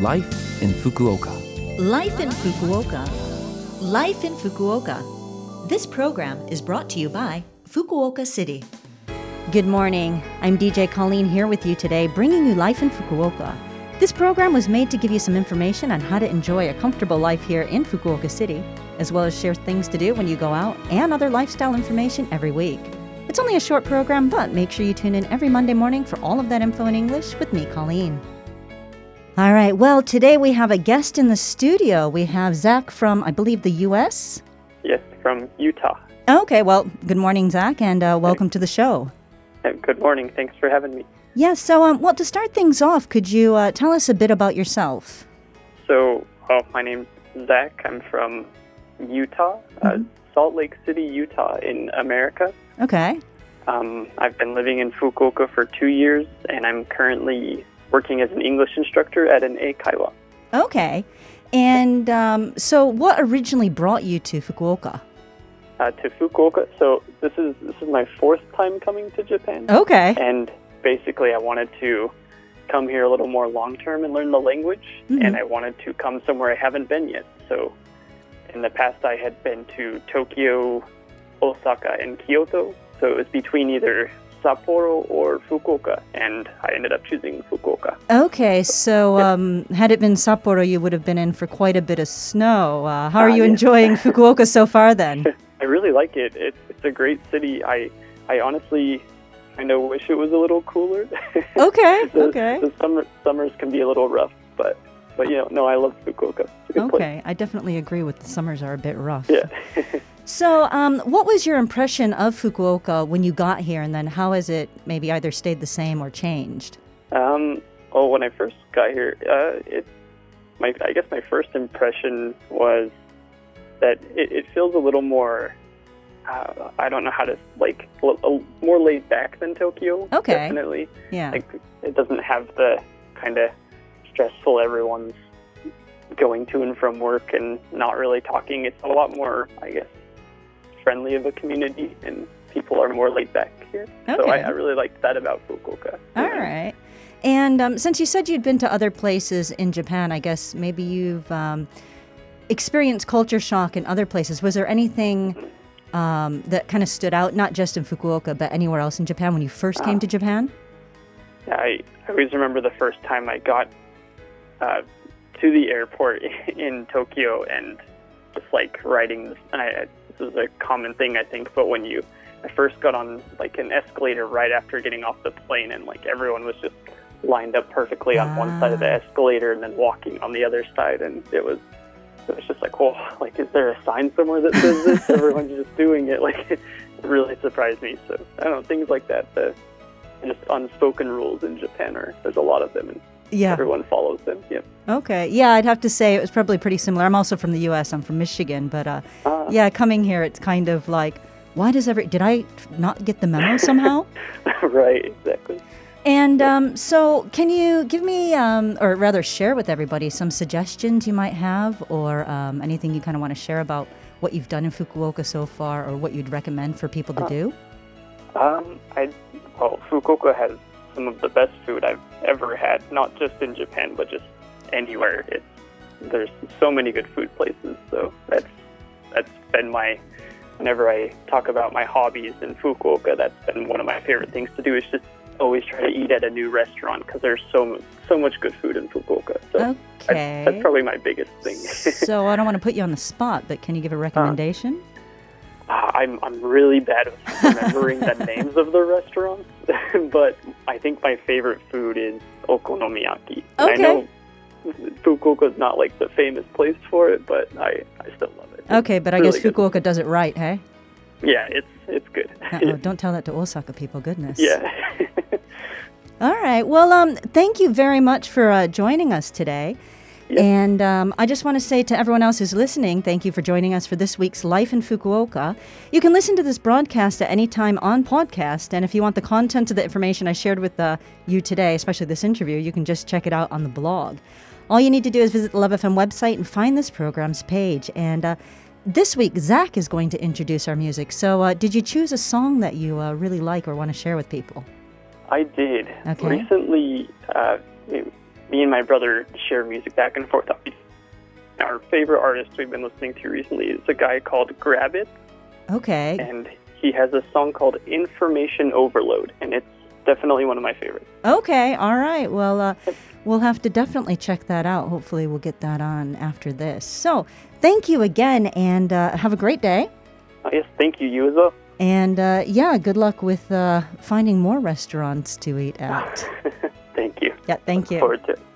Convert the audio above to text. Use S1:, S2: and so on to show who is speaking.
S1: Life in Fukuoka.
S2: Life in Fukuoka. Life in Fukuoka. This program is brought to you by Fukuoka City.
S3: Good morning. I'm DJ Colleen here with you today, bringing you Life in Fukuoka. This program was made to give you some information on how to enjoy a comfortable life here in Fukuoka City, as well as share things to do when you go out and other lifestyle information every week. It's only a short program, but make sure you tune in every Monday morning for all of that info in English with me, Colleen. All right, well, today we have a guest in the studio. We have Zach from, I believe, the U.S.
S4: Yes, from Utah.
S3: Okay, well, good morning, Zach, and uh, welcome to the show.
S4: Uh, Good morning. Thanks for having me.
S3: Yeah, so, um, well, to start things off, could you uh, tell us a bit about yourself?
S4: So, uh, my name's Zach. I'm from Utah, uh, Salt Lake City, Utah, in America.
S3: Okay.
S4: Um, I've been living in Fukuoka for two years, and I'm currently working as an English instructor at an Eikaiwa.
S3: Okay. And um, so, what originally brought you to Fukuoka?
S4: Uh, to Fukuoka, so this is this is my fourth time coming to Japan,
S3: Okay.
S4: and basically I wanted to come here a little more long term and learn the language,
S3: Mm-hmm.
S4: and I wanted to come somewhere I haven't been yet. So, in the past, I had been to Tokyo, Osaka, and Kyoto. So it was between either Sapporo or Fukuoka, and I ended up choosing Fukuoka.
S3: Okay, so um, had it been Sapporo, you would have been in for quite a bit of snow. Uh, how are
S4: Ah,
S3: you
S4: yes.
S3: enjoying Fukuoka so far then?
S4: I really like it. it it's a great city. I I honestly kind of wish it was a little cooler.
S3: Okay,
S4: the,
S3: okay.
S4: The summer summers can be a little rough, but but you know, no, I love Fukuoka. It's a good place.
S3: Okay, I definitely agree with the summers are a bit rough.
S4: Yeah.
S3: So, um, what was your impression of Fukuoka when you got here, and then how has it maybe either stayed the same or changed?
S4: Um, well, when I first got here, uh, it my I guess my first impression was that it, it feels a little more. Uh, I don't know how to like a, a, more laid back than Tokyo.
S3: Okay.
S4: Definitely.
S3: Yeah.
S4: Like it doesn't have the kind of stressful everyone's going to and from work and not really talking. It's a lot more, I guess, friendly of a community, and people are more laid back here. So I,
S3: Okay.
S4: I really liked that about Fukuoka.
S3: All right. And um, since you said you'd been to other places in Japan, I guess maybe you've um, experienced culture shock in other places. Was there anything um, that kind of stood out, not just in Fukuoka, but anywhere else in Japan when you first
S4: Ah.
S3: came to Japan?
S4: I, I always remember the first time I got uh, to the airport in Tokyo and just like riding this. And I, I- this is a common thing, I think, but when you I first got on like an escalator right after getting off the plane, and like everyone was just lined up perfectly on one side of the escalator and then walking on the other side, and it was. It was just like, whoa, like, is there a sign somewhere that says this? Everyone's just doing it. Like, it really surprised me. So, I don't know, things like that. The, just unspoken rules in Japan are there's a lot of them and
S3: Yeah.
S4: everyone follows them. Yep.
S3: Okay. Yeah, I'd have to say it was probably pretty similar. I'm also from the U.S. I'm from Michigan, but uh, yeah, coming here, it's kind of like, why does every did I not get the memo somehow?
S4: right, exactly.
S3: And um, so, can you give me, um, or rather, share with everybody some suggestions you might have, or um, anything you kind of want to share about what you've done in Fukuoka so far, or what you'd recommend for people
S4: Uh,
S3: to do?
S4: Um, I well, Fukuoka has some of the best food I've ever had, not just in Japan but just anywhere. It's there's so many good food places. So that's that's been my whenever I talk about my hobbies in Fukuoka, that's been one of my favorite things to do is just always try to eat at a new restaurant because there's so so much good food in Fukuoka. So that's-
S3: Okay.
S4: that's probably my biggest thing.
S3: so, I don't want to put you on the spot, but can you give
S4: Uh.
S3: a recommendation?
S4: Ah, I'm I'm really bad at remembering the names of the restaurants, but I think my favorite food is okonomiyaki. And I
S3: Okay.
S4: know Fukuoka's not like the famous place for it, but I, I still love it.
S3: okay, but I
S4: Really
S3: guess
S4: good.
S3: Fukuoka does it right, hey?
S4: Yeah, it's it's good.
S3: Uh-oh, oh, don't tell that to Osaka people. Goodness.
S4: yeah.
S3: All right. Well, um, thank you very much for uh, joining us today. And um, I just want to say to everyone else who's listening, thank you for joining us for this week's Life in Fukuoka. You can listen to this broadcast at any time on podcast. And if you want the content of the information I shared with uh, you today, especially this interview, you can just check it out on the blog. All you need to do is visit the Love FM website and find this program's page. And uh, this week, Zach is going to introduce our music. So, uh, did you choose a song that you uh, really like or want to share with people?
S4: I did.
S3: Okay.
S4: Recently, uh, it, me and my brother share music back and forth. Our favorite artist we've been listening to recently is a guy called Grabbit,
S3: Okay.
S4: and he has a song called Information Overload, and it's definitely one of my favorites.
S3: Okay, all right. Well, uh, we'll have to definitely check that out. Hopefully, we'll get that on after this. So, thank you again and uh, have a great day.
S4: Uh, yes, thank you, you as well.
S3: And uh, yeah, good luck with uh, finding more restaurants to eat at.
S4: thank you.
S3: Yeah, thank you.
S4: Forward to it.